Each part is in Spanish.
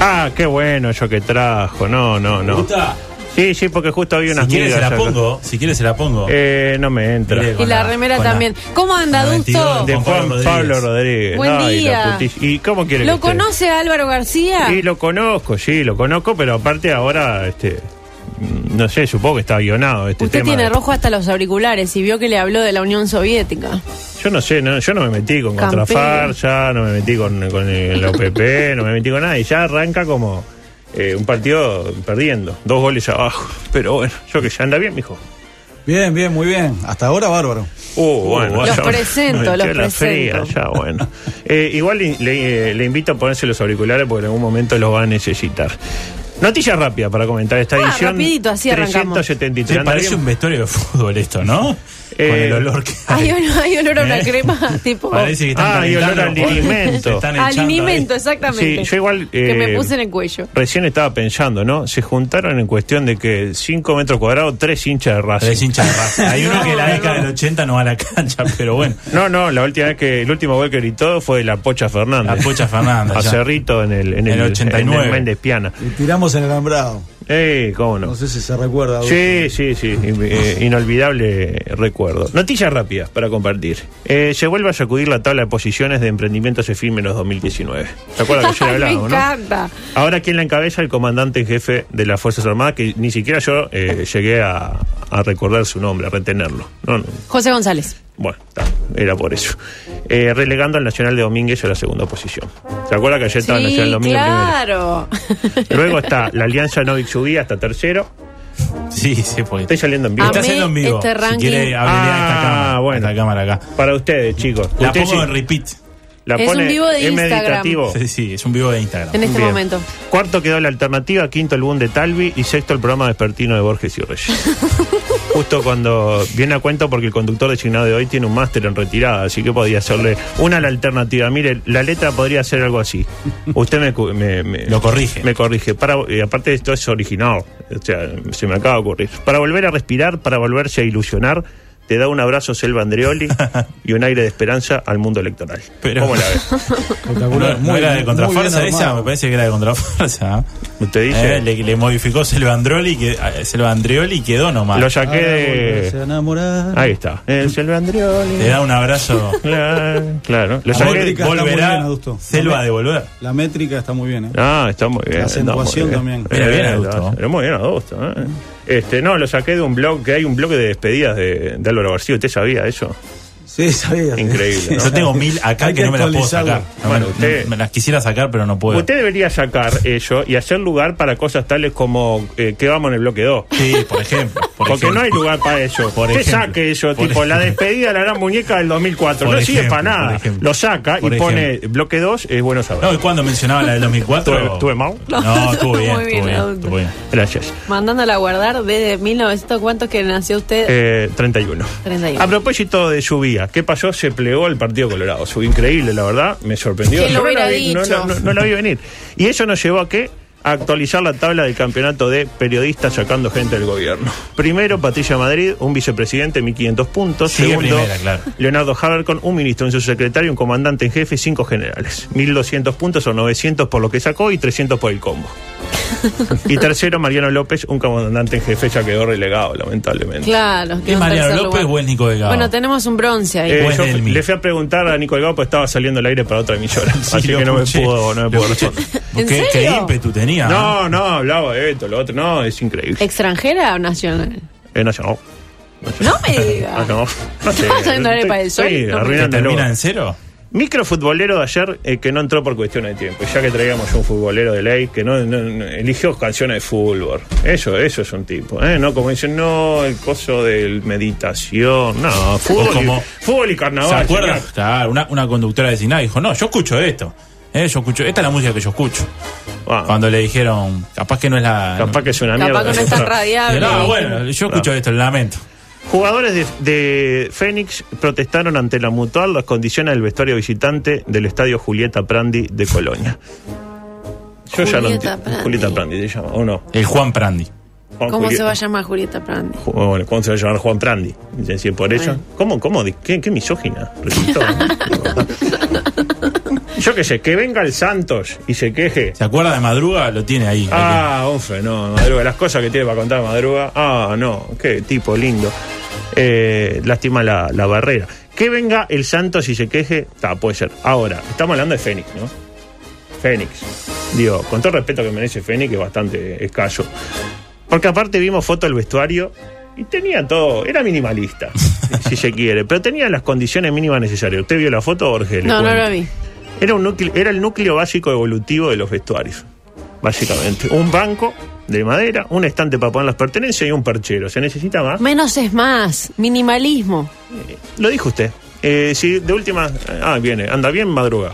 Ah, qué bueno yo que trajo. No, no, ¿Te no. gusta? Sí, sí, porque justo había Si unas quieres se migas la acá. pongo. Si quieres se la pongo. Eh, no me entra. Mire, De con Y la remera con también. ¿Cómo anda, la Dusto? 22 Juan Pablo Rodríguez. Buen No, y la día. putis- ¿Y cómo quiere que ¿Lo esté? conoce a Álvaro García? Y lo conozco, sí, lo conozco, pero aparte ahora, este, mm, no sé, supongo que está guionado este Usted tema. tiene de- rojo hasta los auriculares y vio que le habló de la Unión Soviética. Yo no sé, no, yo no me metí con Campero. Contrafarsa, no me metí con, con el OPP, no me metí con nada. Y ya arranca como eh, un partido perdiendo, dos goles abajo. Pero bueno, yo que ya anda bien, mijo. Bien, bien, muy bien. Hasta ahora, bárbaro. Uh, bueno, Los ya- presento, me los eché la fría, presento. ya, bueno. Eh, igual le, le- le invito a ponerse los auriculares porque en algún momento los va a necesitar. Noticia rápida para comentar esta Ah, edición. rapidito, así arrancamos. 373. Sí, ¿Anda parece bien? un vestuario de fútbol esto, ¿no? Con Eh, el olor que Hay, hay. olor- hay olor a una ¿Eh? crema tipo. Parece que están Ah, y olor calentando al los jugadores. alimento. Se están echando Alimento, ahí. exactamente. Sí, yo igual, Que me eh, puse en el cuello. Recién estaba pensando, ¿no? Se juntaron en cuestión de que 5 metros cuadrados, tres hinchas de Racing. Tres hinchas de Racing. Hay uno que la década del 80 no va a la cancha, pero bueno. No, no, la última vez que el último gol que gritó fue de la Pocha Fernández. La Pocha Fernández, A ya. Cerrito en el, en El el, 89. en el Méndez Piana. Y tiramos en el alambrado. Eh, cómo no. No sé si se recuerda. Sí, sí, sí. in- eh, inolvidable recuerdo. Noticias rápidas para compartir. Eh, se vuelve a sacudir la tabla de posiciones de emprendimientos efímeros 2019. ¿Se acuerdan que ayer Ay, me hablábamos, no? encanta. Ahora, quien la encabeza? El comandante en jefe de las Fuerzas Armadas, que ni siquiera yo eh, llegué a, a recordar su nombre, a retenerlo. No, no. José González. Bueno, está, era por eso. Eh, relegando al Nacional de Domínguez a la segunda posición. ¿Se acuerda que ayer estaba el Nacional Sí, Domínguez en primera? claro. Luego está la Alianza Novik Subía hasta tercero. Sí, sí, porque. Estoy saliendo en vivo. Está Amé haciendo en vivo. este si ranking. quiere, habilidad Ah, Eh, esta cámara. bueno. Esta cámara acá. Para ustedes, chicos. La Ustedes pongo sí- en repeat. la Es un pone- vivo de es Instagram. meditativo. Sí, sí, es un vivo de Instagram. En este Bien. momento. Cuarto quedó la alternativa, quinto el boom de Talvi y sexto el programa despertino de Borges y Reyes. Justo cuando viene a cuento porque el conductor designado de hoy tiene un máster en retirada, así que podía hacerle una a la alternativa. Mire, la letra podría ser algo así. Usted me, cu- me- me- Lo corrige. Me corrige. Para, eh, aparte esto es original, o sea, se me acaba de ocurrir. Para volver a respirar, para volverse a ilusionar, te da un abrazo Selva Andreoli y un aire de esperanza al mundo electoral. Pero- ¿Cómo la ves? Espectacular. No, no era de contrafarsa esa, me me parece que era de contrafarsa. Usted dice. Eh, le, le modificó Selva Andreoli, que, eh, Selva Andreoli quedó nomás. Lo saqué de... Se Ah, enamorar. Ahí está. El Selva Andreoli. Le da un abrazo. Claro, claro. Lo La saqué- métrica está muy bien, Volverá Adusto. Selva a devolver. La métrica está muy bien, ¿eh? Ah, está muy bien. La acentuación está muy bien. también. Mira, bien, Eh, Augusto. Pero muy bien, Augusto. eh. Este, no, lo saqué de un blog, que hay un blog de despedidas de, de Álvaro García. ¿Usted sabía eso? Sí, sabía. Increíble, ¿no? Yo tengo mil acá Hay que que no me las puedo actualizarlo. sacar. No, Bueno, me- usted- me las quisiera sacar, pero no puedo. Usted debería sacar eso y hacer lugar para cosas tales como eh, que vamos en el bloque 2. Sí, por ejemplo. por Porque ejemplo. no hay lugar para eso. Por Usted ejemplo. saque eso, Por tipo la ejemplo. despedida de la gran muñeca del 2004. Por no sirve ejemplo, para nada. por ejemplo. Lo saca Por y pone ejemplo. bloque 2, es bueno saber. No, y cuando mencionaba la del 2004. ¿Tuve- tuve mal? No, estuvo Muy bien, bien, estuvo bien, Augusto. estuvo bien. Gracias. Mandándola a guardar desde 1900. ¿Cuántos que nació usted? Eh, 31. 31. A propósito de su vía, ¿qué pasó? Se plegó el Partido Colorado. Su increíble, la verdad, me sorprendió. ¿Quién lo Yo no hubiera la vi- no, dicho? no, no, no la vi venir. Y eso nos llevó a qué? A actualizar la tabla del campeonato de periodistas sacando gente del gobierno. Primero, Patricia Madrid, un vicepresidente, 1.500 puntos. Sigue Segundo, primera, claro. Leonardo Haber con un ministro, un subsecretario, un comandante en jefe y cinco generales. 1.200 puntos o 900 por lo que sacó y 300 por el combo. y tercero, Mariano López, un comandante en jefe, ya quedó relegado, lamentablemente. Claro. ¿Es quedó en Mariano tercer López lugar. o es Nico Delgado? Bueno, tenemos un bronce ahí. Eh, Pues yo del mío. le fui a preguntar a Nico Delgado, pues estaba saliendo al aire para otra emisora. Sí, así lo que no me, escuché, pudo, no me lo pudo escuché. responder. ¿En Qué- ¿Qué serio? ímpetu tenía? ¿eh? No, no, hablaba de esto, lo otro. No, es increíble. ¿Extranjera o nacional? Eh, nacional. Nacional. No me diga. Nacional. Ah, No sé. Estaba saliendo al aire Estoy- para el sol. estoy No me- ¿Que arruinándolo. termina en cero? Microfutbolero de ayer eh, que no entró por cuestiones de tiempo. Y Ya que traíamos un futbolero de ley que no, no- no- eligió canciones de fútbol. Eso, eso es un tipo. ¿eh? No como dicen, no, el coso de meditación. No, fútbol, como- y, fútbol y ¿Se carnaval. acuerdan? señor. Claro, una, una conductora designada dijo, no, yo escucho esto. ¿eh? Eh, yo escucho, esta es la música que yo escucho. Ah, Cuando le dijeron, capaz que no es la. capaz que es una mierda. Ah, Capaz que no es tan radiable. No, bueno, yo escucho esto, el lamento. Jugadores de, de Fénix protestaron ante la mutual las condiciones del vestuario visitante del estadio Julieta Prandi de Colonia. Yo ya no Julieta enti- Prandi. Julieta Prandi se llama, ¿o no? El Juan Prandi. Juan ¿Cómo se Julieta- va a llamar Julieta Prandi? Ju- bueno, ¿Cómo se va a llamar Juan Prandi? Dicen, sí, por eso. Bueno. ¿Cómo? ¿Cómo? ¿De ¿Qué, qué misógina? Resultó, ¿no? Yo qué sé, que venga el Santos y se queje. ¿Se acuerda de madruga? Lo tiene ahí. Ah, un fenómeno, Madruga. Las cosas que tiene para contar Madruga. Ah, no, qué tipo lindo. Eh, lástima la, la barrera. Que venga el santo si se queje. Ta, puede ser. Ahora, estamos hablando de Fénix, ¿no? Fénix. Digo, con todo el respeto que merece Fénix, que es bastante escaso. Porque aparte vimos foto del vestuario y tenía todo. Era minimalista, si se quiere. Pero tenía las condiciones mínimas necesarias. ¿Usted vio la foto, Jorge? Le No, no cuento. lo vi. Era, un núcleo- era el núcleo básico evolutivo de los vestuarios, básicamente. Un banco de madera, un estante para poner las pertenencias y un perchero. ¿Se necesita más? Menos es más. Minimalismo. Lo dijo usted. Eh, sí, de última... Ah, viene. Anda bien madruga.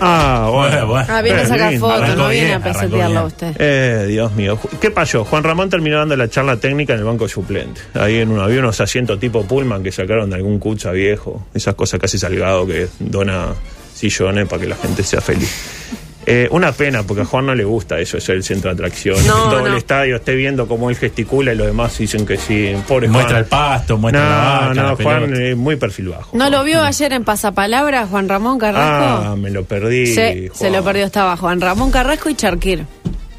Ah, bueno, Bueno, bueno. Ah, viene Eh, a sacar lindo. fotos, Arrancó no viene bien, a arrancó pesetearlo a bien. usted. Eh, Dios mío. Ju- ¿Qué pasó? Juan Ramón terminó dando la charla técnica en el banco suplente. Ahí en un avión, unos asientos tipo Pullman que sacaron de algún cucha viejo. Esas cosas casi salgado que dona sillones para que la gente sea feliz. Eh, una pena, porque a Juan no le gusta eso, eso del centro de atracción. No, Todo el no. estadio esté viendo cómo él gesticula y los demás dicen que sí. Pobre Muestra Juan. el pasto, muestra no, la vaca, no, la Juan pelota. es muy perfil bajo. ¿No lo vio ayer en Pasapalabra Juan Ramón Ah, Carrasco? me lo perdí. Sí, se Juan. lo perdió. Estaba Juan Ramón Carrasco y Charquir.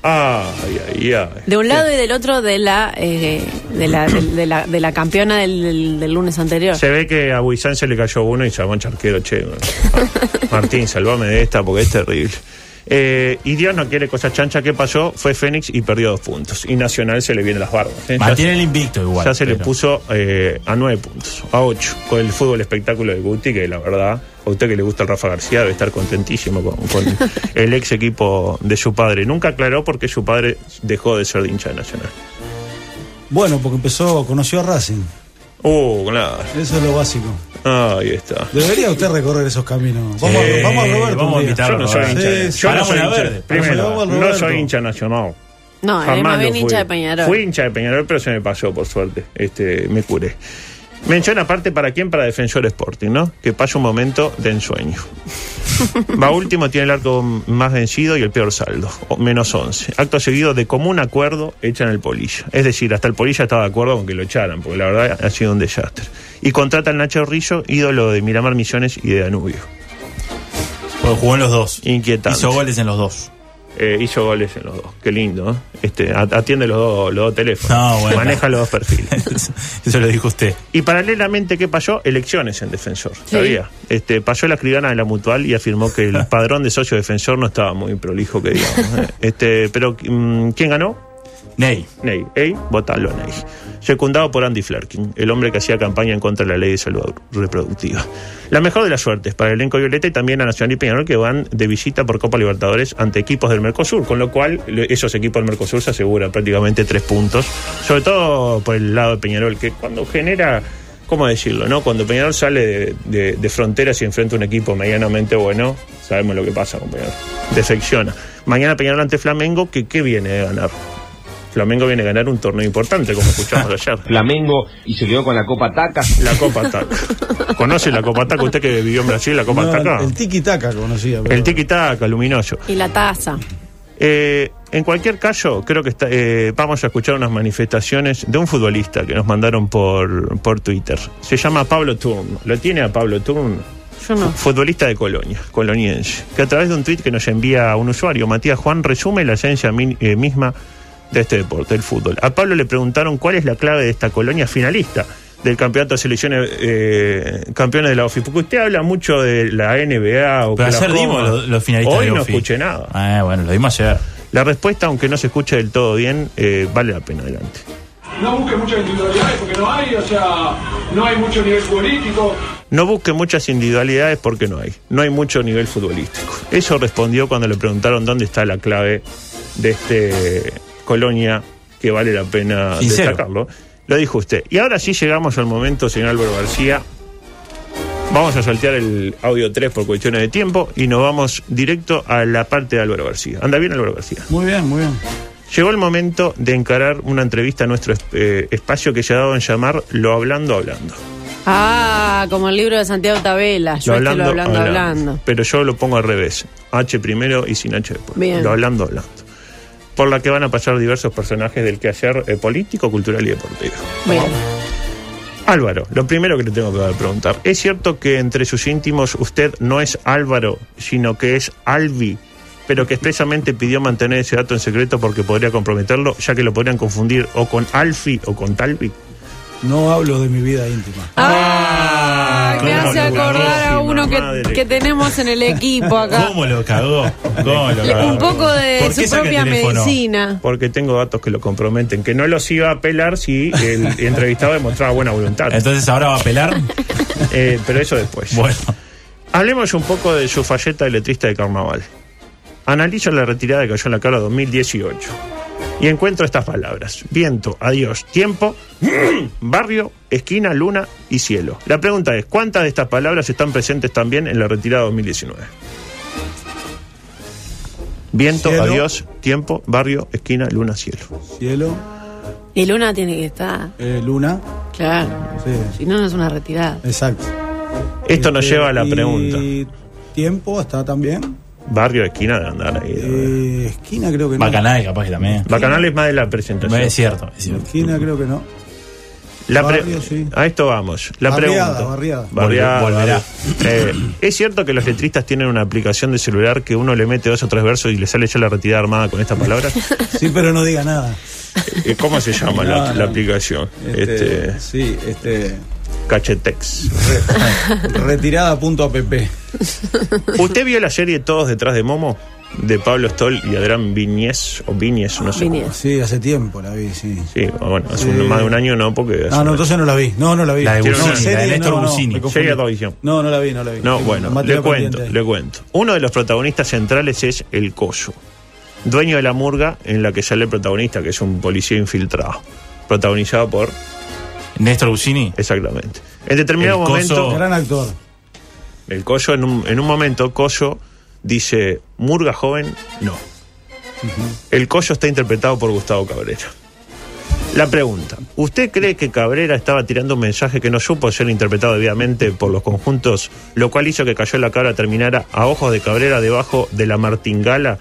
Ay, ay, ay. De un lado y del otro de la eh, de la, de, de la, de la campeona del, del- del lunes anterior. Se ve que a Buizán se le cayó uno y llamó al charquero, che. Mar- Martín, salvame de esta porque es terrible. Eh, y Dios no quiere cosas chanchas. ¿Qué pasó? Fue Fénix y perdió dos puntos. Y Nacional se le vienen las barbas. ¿eh? Ya, Mantiene el invicto igual. ya se le pero- puso eh, a nueve puntos, a ocho, con el fútbol espectáculo de Guti, que la verdad, a usted que le gusta el Rafa García debe estar contentísimo con, con el ex equipo de su padre. Nunca aclaró por qué su padre dejó de ser de hincha de Nacional. Bueno, porque empezó, conoció a Racing. Uh, claro. Eso es lo básico. Ahí está. Debería usted recorrer esos caminos. Vamos, Sí, a, vamos a Roberto. vamos a un día. invitarlo. Yo no soy Sí, hincha. de- sí. Yo no Paramos soy la hincha. verde. Paramos Primero, la no verde, soy Roberto. hincha nacional. no, es Jamás más lo bien fui. hincha de Peñarol. Fui hincha de Peñarol, pero se me pasó, por suerte. Este, me curé. Mención aparte para quién, para Defensor Sporting, ¿no? Que pasa un momento de ensueño. Va último, tiene el arco más vencido y el peor saldo, o- menos 11. Acto seguido, de común acuerdo, echan el polilla. Es decir, hasta el polilla estaba de acuerdo con que lo echaran, porque la verdad ha sido un desastre. Y contratan a Nacho Rizzo, ídolo de Miramar Misiones y de Danubio. Porque jugó en los dos. Inquietante. Hizo goles en los dos. Eh, hizo goles en los dos. Qué lindo. ¿eh? Este, a- atiende los dos, los dos teléfonos. No, bueno. Maneja los dos perfiles. Eso lo dijo usted. Y paralelamente, ¿qué pasó? Elecciones en defensor. Sabía. Este, pasó la escribana de la mutual y afirmó que el padrón de socio defensor no estaba muy prolijo, que digamos. ¿eh? Este, pero, mm, ¿quién ganó? Ney. Ney. Ey, votalo Ney. Secundado por Andy Flerkin, el hombre que hacía campaña en contra de la ley de salud reproductiva. La mejor de las suertes para el elenco Violeta y también a Nacional y Peñarol que van de visita por Copa Libertadores ante equipos del Mercosur, con lo cual le- esos equipos del Mercosur se aseguran prácticamente tres puntos, sobre todo por el lado de Peñarol, que cuando genera... ¿Cómo decirlo? no Cuando Peñarol sale de, de- de fronteras y enfrenta un equipo medianamente bueno, sabemos lo que pasa con Peñarol. Defecciona. Mañana Peñarol ante Flamengo, que ¿qué viene de ganar? Flamengo viene a ganar un torneo importante, como escuchamos ayer. Flamengo y se quedó con la Copa Taca. La Copa Taca. ¿Conoce la Copa Taca? Usted que vivió en Brasil, la Copa No, Taca. el tiki taka conocía. pero- El tiki taca, luminoso. Y la taza. Eh, en cualquier caso, creo que está- eh, vamos a escuchar unas manifestaciones de un futbolista que nos mandaron por, por Twitter. Se llama Pablo Turm. ¿Lo tiene a Pablo Turm? Yo no. Futbolista de Colonia, coloniense, que a través de un tuit que nos envía un usuario, Matías Juan, resume la esencia min- eh, misma de este deporte, el fútbol. A Pablo le preguntaron cuál es la clave de esta colonia finalista del campeonato de selecciones eh, campeones de la OFI. Porque usted habla mucho de la NBA o Pero que la ayer dimos Roma. los, los finalistas Hoy de no Ofi. escuché nada. Ah, bueno, lo dimos ayer. La respuesta, aunque no se escuche del todo bien, eh, vale la pena adelante. No busque muchas individualidades porque no hay, o sea, no hay mucho nivel político. No busque muchas individualidades porque no hay. No hay mucho nivel futbolístico. Eso respondió cuando le preguntaron dónde está la clave de este Colonia que vale la pena Sincero. destacarlo. Lo dijo usted. Y ahora sí llegamos al momento, señor Álvaro García, Vamos a saltear el audio 3 por cuestiones de tiempo y nos vamos directo a la parte de Álvaro García. Anda bien Álvaro García. Muy bien, muy bien. Llegó el momento de encarar una entrevista a nuestro eh, espacio que se ha dado en llamar Lo Hablando Hablando. Ah, como el libro de Santiago Tabela. Yo este lo hablando, hablando. Pero yo lo pongo al revés. H primero y sin H después. Bien. Lo hablando, hablando. Por la que van a pasar diversos personajes del quehacer eh, político, cultural y deportivo. Bien. Álvaro, lo primero que le tengo que preguntar. ¿Es cierto que entre sus íntimos usted no es Álvaro, sino que es Albi, pero que expresamente pidió mantener ese dato en secreto porque podría comprometerlo, ya que lo podrían confundir o con Alfi o con Talvi? No hablo de mi vida íntima. Ah, me cómo hace lo acordar a cagó, uno madre. que, que tenemos en el equipo acá. ¿Cómo lo cagó? ¿Cómo lo cagó? Un poco de ¿Por qué su saca el propia teléfono? medicina. Porque tengo datos que lo comprometen, que no los iba a apelar si el entrevistado demostraba buena voluntad. Entonces ahora va a apelar. Eh, pero eso después. Bueno, Hablemos un poco de su faceta de letrista de carnaval. Analizo la retirada que cayó en la cara 2018 y encuentro estas palabras: viento, adiós, tiempo, barrio, esquina, luna y cielo. La pregunta es: ¿cuántas de estas palabras están presentes también en la retirada 2019? Viento, Cielo. adiós, tiempo, barrio, esquina, luna, cielo. Cielo, Y Luna tiene que estar. eh, luna. Claro. Sí, Si no, no es una retirada. exacto. Esto nos Este, lleva a la y pregunta: Tiempo está también. barrio, esquina, de andar ahí. Eh, de- esquina creo que no. Bacanal capaz que también. Bacanal es más de la presentación. Es cierto, es cierto. Esquina creo que no. La pre- Barrio, sí. A esto vamos. La Barriada, pregunta. barriada. Barriada, Volve- volverá. barriada. Eh, es cierto que los letristas tienen una aplicación de celular que uno le mete dos o tres versos y le sale ya la retirada armada con estas palabras. Sí, pero no diga nada. Eh, ¿Cómo se llama la, No, no. la aplicación? Este, Este, Sí, este. Cachetex. Retirada.app. ¿Usted vio la serie Todos detrás de Momo? De Pablo Stoll y Adrián Viñez, o Viñez, no sé. Viñez. Sí, hace tiempo la vi, sí. Sí, bueno, hace Sí. un- más de un año no, porque. hace No, no, un- entonces no la vi. No, no la vi. La de No, Buscini, serie, la de Néstor no, no, Buscini. me confundí. Serie de audición. No, no la vi, no la vi. No, Tengo bueno, materia le cuento, pendiente. le cuento. Uno de los protagonistas centrales es el Coso, dueño de la murga en la que sale el protagonista, que es un policía infiltrado. Protagonizado por. Néstor Bucini. Exactamente. En determinado El momento. Coso- Gran actor. El Coso, en un, en un momento, Coso dice: Murga joven, no. El Coso está interpretado por Gustavo Cabrera. La pregunta: ¿Usted cree que Cabrera estaba tirando un mensaje que no supo ser interpretado debidamente por los conjuntos, lo cual hizo que Cayó la Cabra terminara a ojos de Cabrera debajo de la martingala?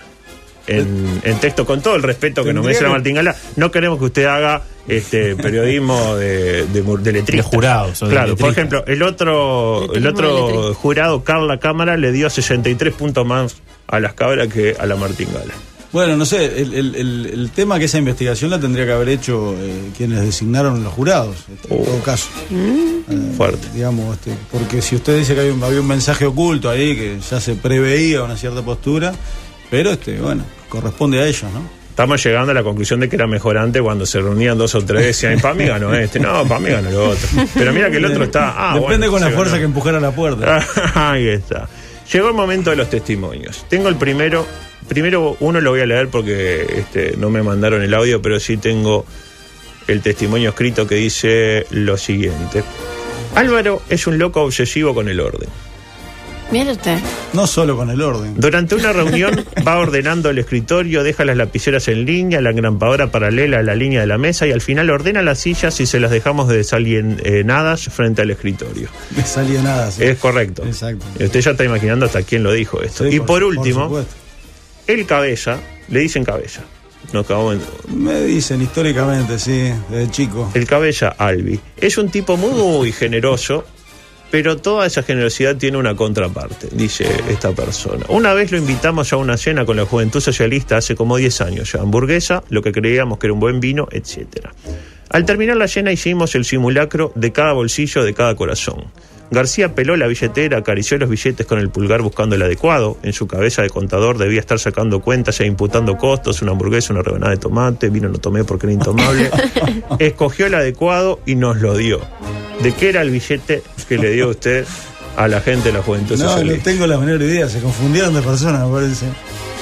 En, en texto, con todo el respeto que nos Tendría merece la que- martingala, no queremos que usted haga este periodismo de, de, mur- de letrista. De jurados o de Claro, por letristas. ejemplo, el otro, el Letrismo de otro letrista. jurado, Carla Cámara, le dio 63 puntos más a las cabras que a la martingala. Bueno, no sé, el, el- el- el tema que esa investigación la tendría que haber hecho eh, quienes designaron los jurados, este, en Oh. todo caso. Fuerte. Digamos, este, porque si usted dice que había un, había un mensaje oculto ahí, que ya se preveía una cierta postura, pero este, bueno, corresponde a ellos, ¿no? Estamos llegando a la conclusión de que era mejorante cuando se reunían dos o tres y decían, para mí ganó este, no, para mí ganó el otro. Pero mira que el otro está... Ah, Depende bueno, Ah. con la se fuerza que ganó. empujara la puerta. Ahí está. Llegó el momento de los testimonios. Tengo el primero. Primero uno lo voy a leer porque este, no me mandaron el audio, pero sí tengo el testimonio escrito que dice lo siguiente. Álvaro es un loco obsesivo con el orden. Mira usted. No solo con el orden. Durante una reunión va ordenando el escritorio, deja las lapiceras en línea, la engrampadora paralela a la línea de la mesa y al final ordena las sillas y se las dejamos desalienadas eh, frente al escritorio. Me salía nada. sí. Es correcto. Exacto. Y Usted ya está imaginando hasta quién lo dijo esto. Sí, y por, último, supuesto. el cabeza, le dicen cabeza. Nos acabamos en- me dicen históricamente, sí, desde chico. El cabeza, Albi. Es un tipo muy generoso, pero toda esa generosidad tiene una contraparte, dice esta persona. Una vez lo invitamos a una cena con la Juventud Socialista hace como 10 años ya. Hamburguesa, lo que creíamos que era un buen vino, etc. Al terminar la cena hicimos el simulacro de cada bolsillo, de cada corazón. García peló la billetera, acarició los billetes con el pulgar buscando el adecuado. En su cabeza de contador debía estar sacando cuentas e imputando costos, una hamburguesa, una rebanada de tomate, vino no tomé porque era intomable. Escogió el adecuado y nos lo dio. ¿De qué era el billete que le dio usted a la gente de la Juventud no, no Socialista? tengo la menor idea, se confundieron de persona, me parece.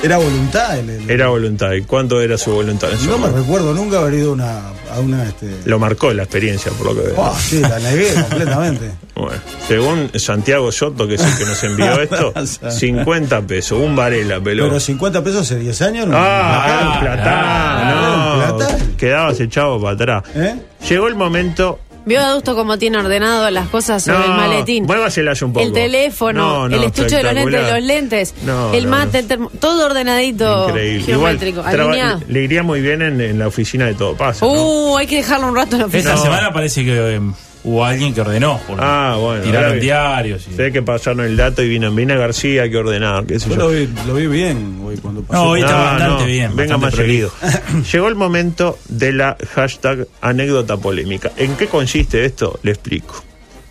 Era voluntad el- el- Era voluntad. ¿Y cuánto era su voluntad? en su No me momento? recuerdo nunca haber ido a una, a una este. Ah. Lo marcó la experiencia, por lo que veo. Oh, sí, la negué completamente. Bueno, según Santiago Soto, que es el que nos envió esto, 50 pesos, un Varela, pelón. Ah, Pero 50 pesos hace 10 años. no. Ah, ah, platá, no. platá. Quedabas echado para atrás. ¿Eh? Llegó el momento. Vio adusto cómo tiene ordenado las cosas sobre No, el maletín. muévaselas un poco. El teléfono, No, no, el estuche de los lentes, espectacular. los lentes, No, el no, mate, no. el termo- todo ordenadito Increíble. Igual, geométrico, traba- alineado. le iría muy bien en, en la oficina de todo pasa. ¿no? Eh, Uh, hay que dejarlo un rato en la Esta oficina. semana parece que em, hubo alguien que ordenó. porque Ah, bueno, ahora Tiraron vi- diarios. y- Sé que pasaron el dato y vino Vina García que ordenar, qué sé Yo yo. lo vi, lo vi bien hoy cuando pasé. No, hoy No, está bastante no, bien. Venga bastante más seguido. prolijo. Llegó el momento de la hashtag anécdota polémica. ¿En qué consiste esto? Le explico.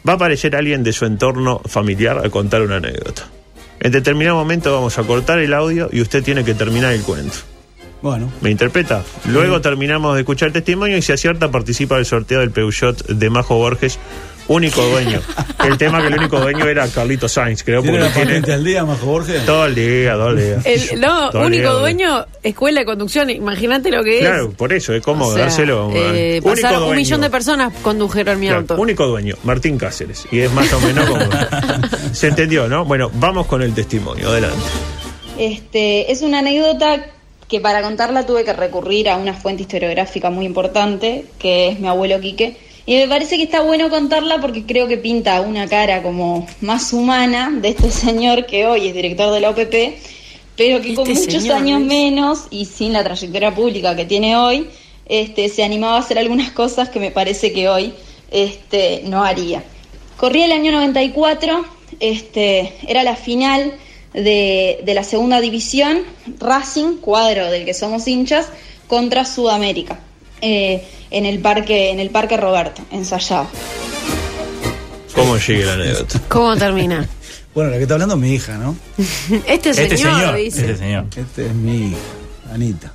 Va a aparecer alguien de su entorno familiar a contar una anécdota. En determinado momento vamos a cortar el audio y usted tiene que terminar el cuento. Bueno, ¿Me interpreta? Luego terminamos de escuchar el testimonio y si acierta participa del sorteo del Peugeot de Majo Borges, único dueño. el tema que el único dueño era Carlito Sainz, creo, ¿tiene porque la tiene patente al día, Majo Borges? todo el día, todo el día. El, no, Todo el día, único todo el día. dueño, escuela de conducción, imagínate lo que es. eh. Claro, por eso, es cómodo O sea, dárselo. a- eh, único pasar un dueño. millón de personas condujeron mi Claro, auto. Único dueño, Martín Cáceres. Y es más o menos como. Se entendió, ¿no? Bueno, vamos con el testimonio. Adelante. Este, es una anécdota que para contarla tuve que recurrir a una fuente historiográfica muy importante, que es mi abuelo Quique. Y me parece que está bueno contarla porque creo que pinta una cara como más humana de este señor que hoy es director de la OPP, pero que con Este muchos señor, años Luis. menos y sin la trayectoria pública que tiene hoy, este, se animaba a hacer algunas cosas que me parece que hoy este, no haría. Corría el año 94, este, era la final de, de la segunda división, Racing, cuadro del que somos hinchas, contra Sudamérica, eh, en, el parque, en el Parque Roberto, ensayado. ¿Cómo llega la anécdota? ¿Cómo termina? Bueno, la que está hablando es mi hija, ¿no? Este señor, Este señor. dice. Este señor. Este es mi hija, Anita.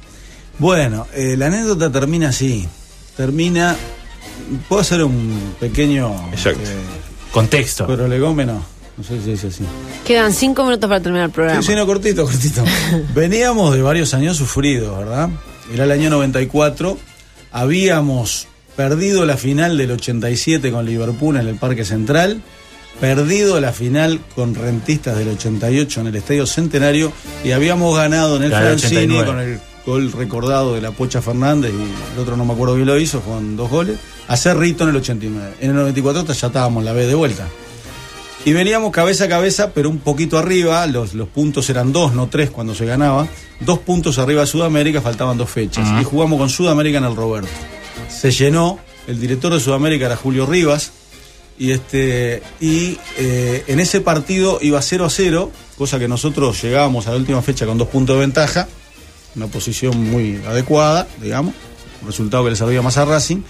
Bueno, eh, la anécdota termina así. Termina. Puedo hacer un pequeño. Exacto. Contexto. pero legómeno. No sé si se dice así. Quedan cinco minutos para terminar el programa. Sí, sí, no, cortito, cortito. Veníamos de varios años sufridos, ¿verdad? Era el año 94. Habíamos perdido la final del 87 con Liverpool en el Parque Central. Perdido la final con Rentistas del 88 en el Estadio Centenario. Y habíamos ganado en el La del Francini 89. con el gol recordado de la Pocha Fernández y el otro no me acuerdo quién lo hizo, con dos goles. A Cerrito en el 89. En el 94 ya estábamos la B de vuelta. Y veníamos cabeza a cabeza, pero un poquito arriba. Los, los puntos eran dos, no tres cuando se ganaba. Dos puntos arriba de Sudamérica, faltaban dos fechas. Y jugamos con Sudamérica en el Roberto. Se llenó. El director de Sudamérica era Julio Rivas. Y, este, y eh, en ese partido iba 0 a 0, cosa que nosotros llegábamos a la última fecha con dos puntos de ventaja. Una posición muy adecuada, digamos. Un resultado que le servía más a Racing.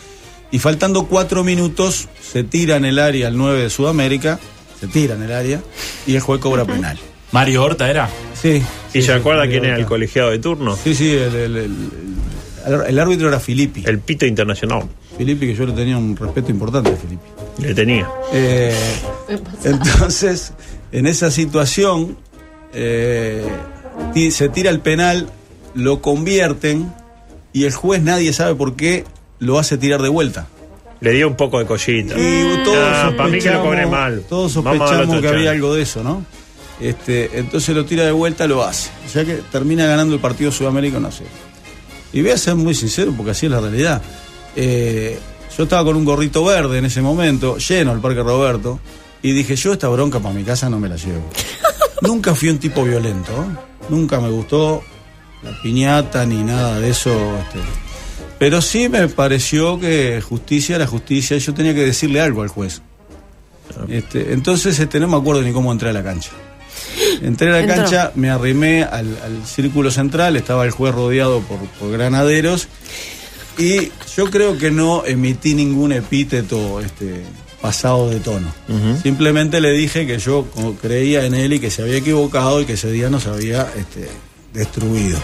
Y faltando cuatro minutos, se tira en el área el 9 de Sudamérica, se tira en el área, y el juez cobra penal. Mario Horta era. Sí. ¿Y se acuerda quién era el colegio? colegiado de turno? Sí, sí, el, el- el- el- el árbitro era Filippi. El Pito Internacional. Filippi, que yo le tenía un respeto importante a Filippi. Le tenía. Eh, entonces, en esa situación, eh, ti- se tira el penal, lo convierten, y el juez, nadie sabe por qué, lo hace tirar de vuelta. Le dio un poco de cosita. Y todos Ah, sospechamos, para mí que lo cobré mal. Todos Vamos a darle sospechamos otra que había chance. algo de eso, ¿no? Este, entonces lo tira de vuelta, lo hace. O sea que termina ganando el partido sudamericano a cero. Y voy a ser muy sincero porque así es la realidad. Eh, yo estaba con un gorrito verde en ese momento, lleno el Parque Roberto, y dije, yo esta bronca para mi casa no me la llevo. Nunca fui un tipo violento, ¿eh? nunca me gustó la piñata ni nada de eso. este. Pero sí me pareció que justicia era justicia, y yo tenía que decirle algo al juez. Este, entonces este, no me acuerdo ni cómo entré a la cancha. Entré a la Entró. cancha, me arrimé al, al círculo central, estaba el juez rodeado por, por granaderos y yo creo que no emití ningún epíteto este, pasado de tono. Simplemente le dije que yo co- creía en él y que se había equivocado y que ese día nos había este, destruido.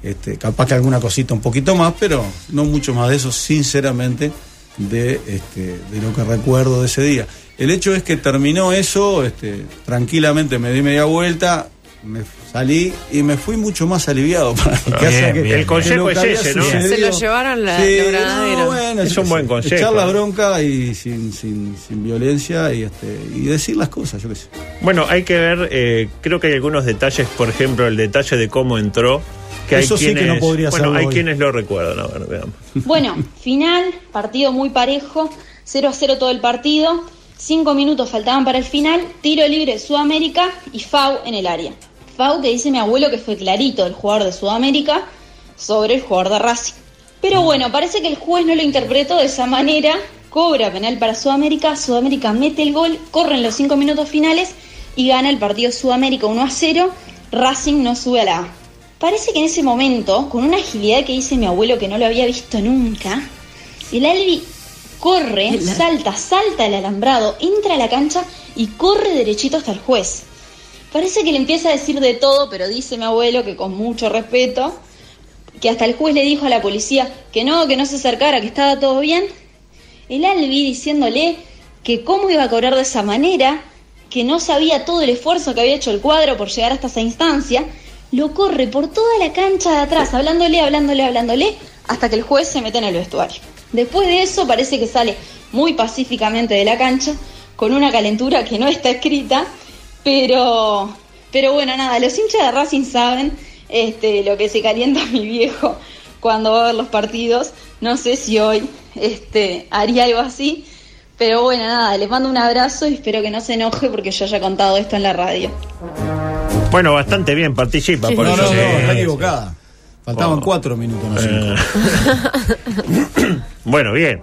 Este, capaz que alguna cosita un poquito más, pero no mucho más de eso, sinceramente, de, este, de lo que recuerdo de ese día. El hecho es que terminó eso, este, tranquilamente me di media vuelta, me Salí y me fui mucho más aliviado. Para mi Bien, casa que- bien, que bien. lo consejo que es había ese, ¿no? sucedido. Se lo llevaron la- Sí, la no, granadera. bueno, Es yo un qué buen sé, consejo. Echar la bronca y sin, sin, sin violencia y, este, y decir las cosas, yo qué sé. Bueno, hay que ver, eh, creo que hay algunos detalles, por ejemplo, el detalle de cómo entró. Que hay Eso sí que quienes, no podría Bueno, hacerlo hay hoy. quienes lo recuerdan, a ver, veamos. Bueno, final, partido muy parejo, 0 a 0 todo el partido, 5 minutos faltaban para el final, tiro libre de Sudamérica y Fau en el área. Fau que dice mi abuelo que fue clarito el jugador de Sudamérica sobre el jugador de Racing. Pero bueno, parece que el juez no lo interpretó de esa manera, cobra penal para Sudamérica, Sudamérica mete el gol, corren los 5 minutos finales y gana el partido Sudamérica 1 a 0, Racing no sube a la A. Parece que en ese momento, con una agilidad que dice mi abuelo que no lo había visto nunca, el Albi corre, salta, salta el alambrado, entra a la cancha y corre derechito hasta el juez. Parece que le empieza a decir de todo, pero dice mi abuelo que con mucho respeto, que hasta el juez le dijo a la policía que no, que no se acercara, que estaba todo bien. El Albi diciéndole que cómo iba a cobrar de esa manera, que no sabía todo el esfuerzo que había hecho el cuadro por llegar hasta esa instancia, lo corre por toda la cancha de atrás, hablándole, hablándole, hablándole, hasta que el juez se mete en el vestuario. Después de eso parece que sale muy pacíficamente de la cancha, con una calentura que no está escrita, pero, pero bueno, nada, los hinchas de Racing saben este, lo que se calienta mi viejo cuando va a ver los partidos. No sé si hoy este, haría algo así, pero bueno, nada, les mando un abrazo y espero que no se enoje porque yo haya contado esto en la radio. Bueno, bastante bien, participa. Sí. Por no, eso no, sí. no, está equivocada. Faltaban Oh. cuatro minutos, no cinco. Eh. bueno, bien.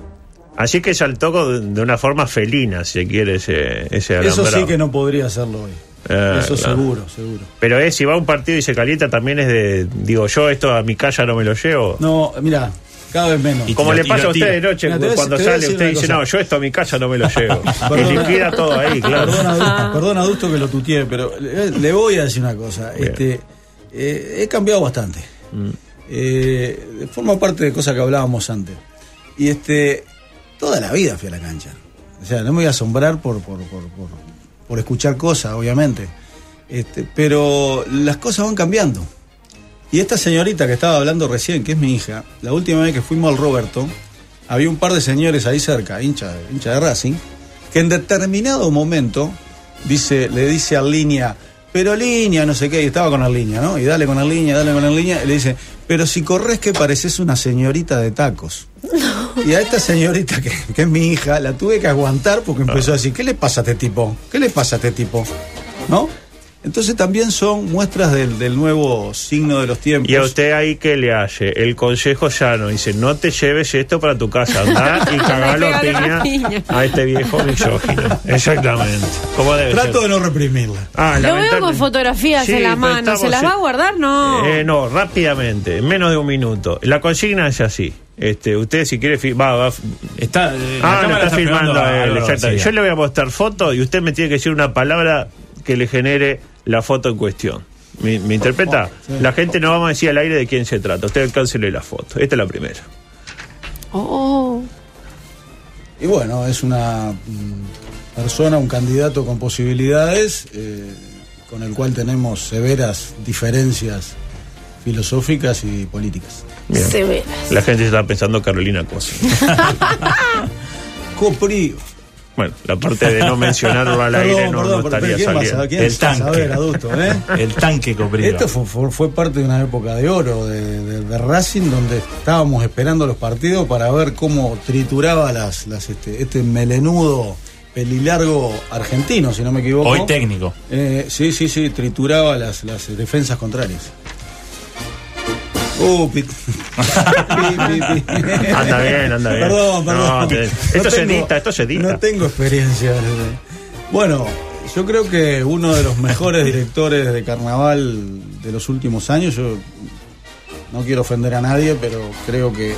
Así que saltó con- de una forma felina, si se quiere, ese, ese Eso sí alambrado. que no podría hacerlo hoy. Eh, Eso no. seguro, seguro. Pero es, si va a un partido y se calienta, también es de, digo yo, esto a mi casa no me lo llevo. No, mira, cada vez menos. Y Como lo le tira, pasa a usted tira. de noche, Mira, te voy a cuando decir- te voy a sale, decir usted una dice, cosa. no, yo esto a mi casa no me lo llevo. y Perdona. liquida todo ahí, claro. Perdona, Adolfo, perdona, Adusto, que lo tuteé, pero le, le voy a decir una cosa. Este, eh, he cambiado bastante. Mm. Eh, forma parte de cosas que hablábamos antes. Y este, toda la vida fui a la cancha. O sea, no me voy a asombrar por, por, por, por, por escuchar cosas, obviamente. Este, pero las cosas van cambiando. Y esta señorita que estaba hablando recién, que es mi hija, la última vez que fuimos al Roberto, había un par de señores ahí cerca, hincha, hincha de Racing, que en determinado momento dice, le dice a Línea, pero Línea, no sé qué, y estaba con Línea, ¿no? Y dale con Línea, dale con Línea, y le dice, pero si corres que pareces una señorita de tacos. Y a esta señorita, que, que es mi hija, la tuve que aguantar porque empezó a decir, ¿qué le pasa a este tipo? ¿Qué le pasa a este tipo? ¿No? Entonces también son muestras del, del nuevo signo de los tiempos. Y a usted ahí que le hace el consejo sano, dice, no te lleves esto para tu casa, andá y cagalo a Pegalo a piña piña. a este viejo misógino. Exactamente. ¿Cómo debe Trato ser? de no reprimirla. Ah, Lo veo lamentable- con fotografías Sí, en la pero mano. ¿Se estamos las en- va a guardar? No. Eh, no, rápidamente, en menos de un minuto. La consigna es así. Este, usted si quiere, fi- va, va, Está, eh, la Ah, cámara lo está filmando a- él, a- exacto. sí. Yo le voy a mostrar foto y usted me tiene que decir una palabra que le genere la foto en cuestión. ¿Me, me interpreta? Oh, La gente no vamos a decir al aire de quién se trata. Usted alcáncele la foto. Esta es la primera. Oh, Y bueno, es una mm, persona, un candidato con posibilidades, eh, con el cual tenemos severas diferencias filosóficas y políticas. Bien. se ve. La gente está pensando Carolina Cosa. Coprío. Bueno, la parte de no mencionarlo al aire no, no pero estaría ¿quién va a saliendo. saber? ¿Quién El va a saber, tanque. adulto, eh? El tanque cobrido. Esto fue, fue- fue parte de una época de oro de, de- de Racing, donde estábamos esperando los partidos para ver cómo trituraba las, las este, este melenudo pelilargo argentino, si no me equivoco. Hoy técnico. Eh, sí, sí, sí, trituraba las, las eh, defensas contrarias. Uh, pi- pi- pi- pi. Anda bien, anda bien. Perdón, perdón. No, te- esto se edita, esto se edita. No tengo experiencia. Bueno, yo creo que uno de los mejores directores de carnaval de los últimos años, yo no quiero ofender a nadie, pero creo que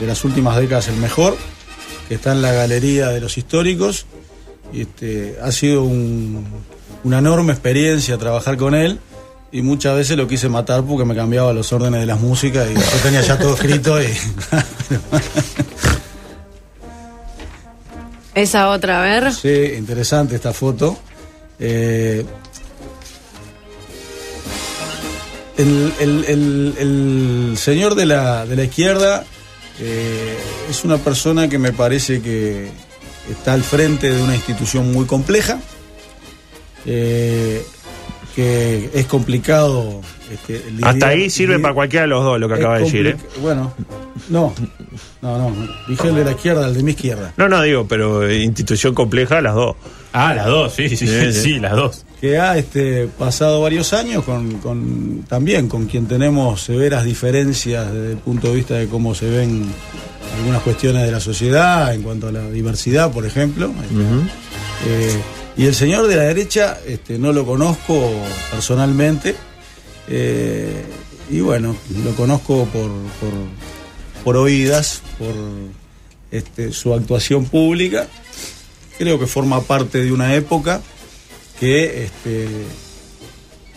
de las últimas décadas el mejor, que está en la galería de los históricos. Y, Este, ha sido un- una enorme experiencia trabajar con él y muchas veces lo quise matar porque me cambiaba los órdenes de las músicas y yo tenía ya todo escrito y Esa otra, a ver. Sí, interesante esta foto. Eh, El, el- el- el señor de la, de la izquierda eh, es una persona que me parece que está al frente de una institución muy compleja, eh, que es complicado. este, Hasta lidiar- ahí sirve lidiar- para cualquiera de los dos lo que es acaba de decir, ¿eh? complica- Bueno, no, no, no, dije el de la izquierda, el de mi izquierda. No, no, digo, pero eh, institución compleja, las dos. Ah, las dos, sí, sí, sí, Sí, sí. sí, las dos. que ha este, pasado varios años con, con- también con quien tenemos severas diferencias desde el punto de vista de cómo se ven algunas cuestiones de la sociedad en cuanto a la diversidad, por ejemplo. Este, Eh, y el señor de la derecha este, no lo conozco personalmente. eh, y bueno, lo conozco por, por, por oídas, por este, su actuación pública. Creo que forma parte de una época que este,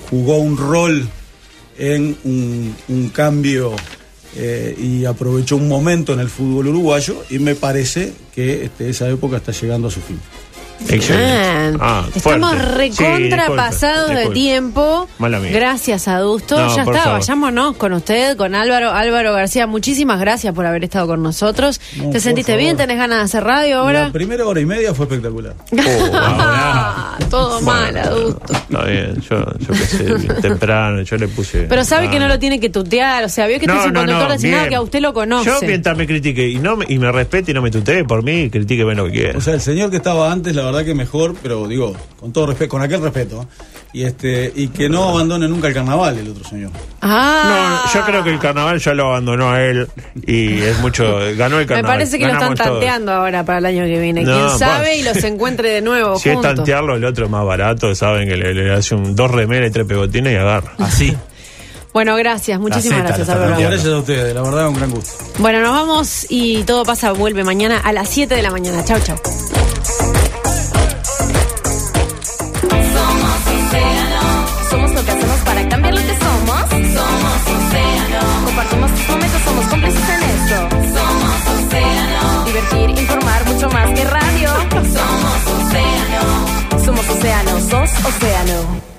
jugó un rol en un, un cambio eh, y aprovechó un momento en el fútbol uruguayo y me parece que este, esa época está llegando a su fin. Excelente. Ah, estamos fuerte. Sí, disculpe, recontrapasados de disculpe. tiempo. Mala mía. Gracias, Adusto. No, ya por está, favor. vayámonos con usted, con Álvaro. Álvaro García, muchísimas gracias por haber estado con nosotros. No, ¿Te por sentiste favor. bien? ¿Tenés ganas de hacer radio ahora? La primera hora y media fue espectacular. Oh, Ah, todo mal, Adusto. Está bien, yo, yo qué sé, temprano, yo le puse. Pero sabe que no Ah, lo tiene que tutear, o sea, vio que este es un conductor designado bien. que a usted lo conoce. Yo mientras me critique y no me, y me respete y no me tutee por mí, critíqueme lo que quiera. O sea, el señor que estaba antes, la verdad que mejor, pero digo, con todo respeto, con aquel respeto. ¿eh? Y este, y que no abandone nunca el carnaval el otro señor. Ah. No, yo creo que el carnaval ya lo abandonó a él y es mucho. Ganó el Me carnaval. parece que lo están ganamos todos. tanteando ahora para el año que viene. No, Quién pa- sabe y los encuentre de nuevo Si es juntos. tantearlo, el otro es más barato, saben que le, le hace un, dos remeras y tres pegotines y agarra. Ah, Así. Bueno, gracias, muchísimas seta, gracias, la Álvaro. tanteando. Gracias a ustedes, la verdad un gran gusto. Bueno, nos vamos y todo pasa, vuelve mañana a las 7 de la mañana. Chau, chau. Somos lo que hacemos para cambiar lo que somos. Somos Océano. Compartimos tus momentos, somos cómplices en esto. Somos Océano. Divertir, informar, mucho más que radio. Somos Océano. Somos Océano, sos Océano.